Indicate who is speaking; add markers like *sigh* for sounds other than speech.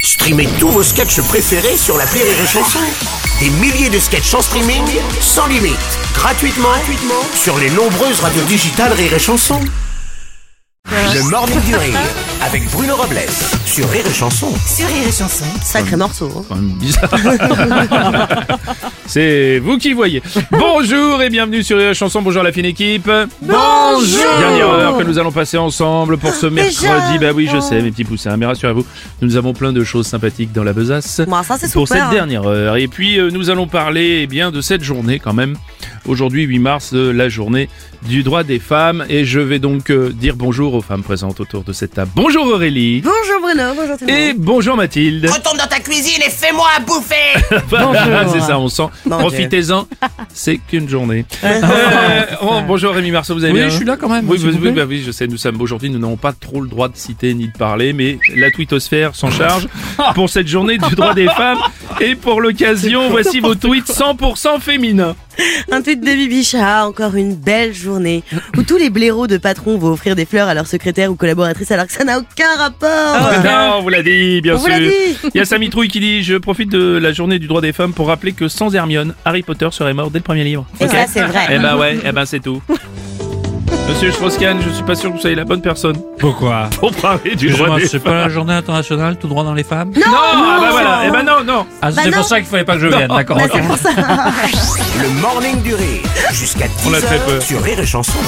Speaker 1: Streamez tous vos sketchs préférés sur la Rire et Chanson. Des milliers de sketchs en streaming, sans limite, gratuitement, gratuitement sur les nombreuses radios digitales Rire et Chanson. Le morning du rire avec Bruno Robles sur Rire et Chanson.
Speaker 2: sur Rire et Chanson. Sacré morceau. hein.
Speaker 3: quand même bizarre. C'est vous qui voyez. Bonjour et bienvenue sur la chanson. Bonjour la fine équipe.
Speaker 2: Bonjour.
Speaker 3: Dernière heure que nous allons passer ensemble pour ce mercredi. Bah oui, je sais, mes petits poussins. Mais rassurez-vous, nous avons plein de choses sympathiques dans la besace.
Speaker 2: Bon, ça, c'est
Speaker 3: pour
Speaker 2: super,
Speaker 3: cette
Speaker 2: hein.
Speaker 3: dernière heure. Et puis euh, nous allons parler eh bien de cette journée quand même. Aujourd'hui 8 mars, euh, la journée du droit des femmes. Et je vais donc euh, dire bonjour aux femmes présentes autour de cette table. Bonjour Aurélie.
Speaker 2: Bonjour Bruno, bonjour tout le monde.
Speaker 3: Et bonjour Mathilde.
Speaker 1: Retourne dans ta cuisine et fais-moi à bouffer
Speaker 3: *laughs* Voilà, c'est ça, on sent.
Speaker 2: Mon Dieu.
Speaker 3: Profitez-en, c'est qu'une
Speaker 4: *laughs*
Speaker 3: journée. Euh, oh, bonjour Rémi Marceau, vous allez bien
Speaker 4: je suis là quand même,
Speaker 3: Oui,
Speaker 4: s'il
Speaker 3: oui,
Speaker 4: vous
Speaker 3: oui,
Speaker 4: plaît.
Speaker 3: bah oui, je sais, nous sommes aujourd'hui, nous n'avons pas trop le droit de citer ni de parler, mais la tweetosphère s'en
Speaker 4: *laughs*
Speaker 3: charge pour cette journée du droit des femmes. Et pour l'occasion, voici vos tweets 100% féminins.
Speaker 2: Un tweet de Bibi Chah, encore une belle journée où tous les blaireaux de patrons vont offrir des fleurs à leurs secrétaires ou collaboratrices alors que ça n'a aucun
Speaker 3: Ah
Speaker 2: rapport.
Speaker 3: Non, on vous l'a dit, bien
Speaker 2: Ah, On vous
Speaker 3: sûr.
Speaker 2: l'a dit.
Speaker 3: Il y a Samy Trouille qui dit Je profite de la journée du droit des femmes pour rappeler que sans Hermione, Harry Potter serait mort dès le premier livre.
Speaker 2: Et
Speaker 3: Ok
Speaker 2: ça, c'est vrai.
Speaker 3: Eh ben ouais, eh ben c'est tout. Monsieur Strauss-Kahn, je suis pas sûr que vous soyez la bonne personne
Speaker 4: Pourquoi
Speaker 3: pour parler du droit des
Speaker 4: C'est pas la journée internationale tout droit dans les femmes
Speaker 3: Non, ah bah voilà, eh ben non, non.
Speaker 4: Ah,
Speaker 2: Bah
Speaker 4: c'est
Speaker 2: non.
Speaker 4: pour ça qu'il fallait pas que je vienne, d'accord.
Speaker 2: Bah,
Speaker 4: ok.
Speaker 2: c'est pour ça.
Speaker 1: Le morning du rire jusqu'à 10
Speaker 3: l'a fait
Speaker 1: heures
Speaker 3: peur.
Speaker 1: sur Rire et Chanson.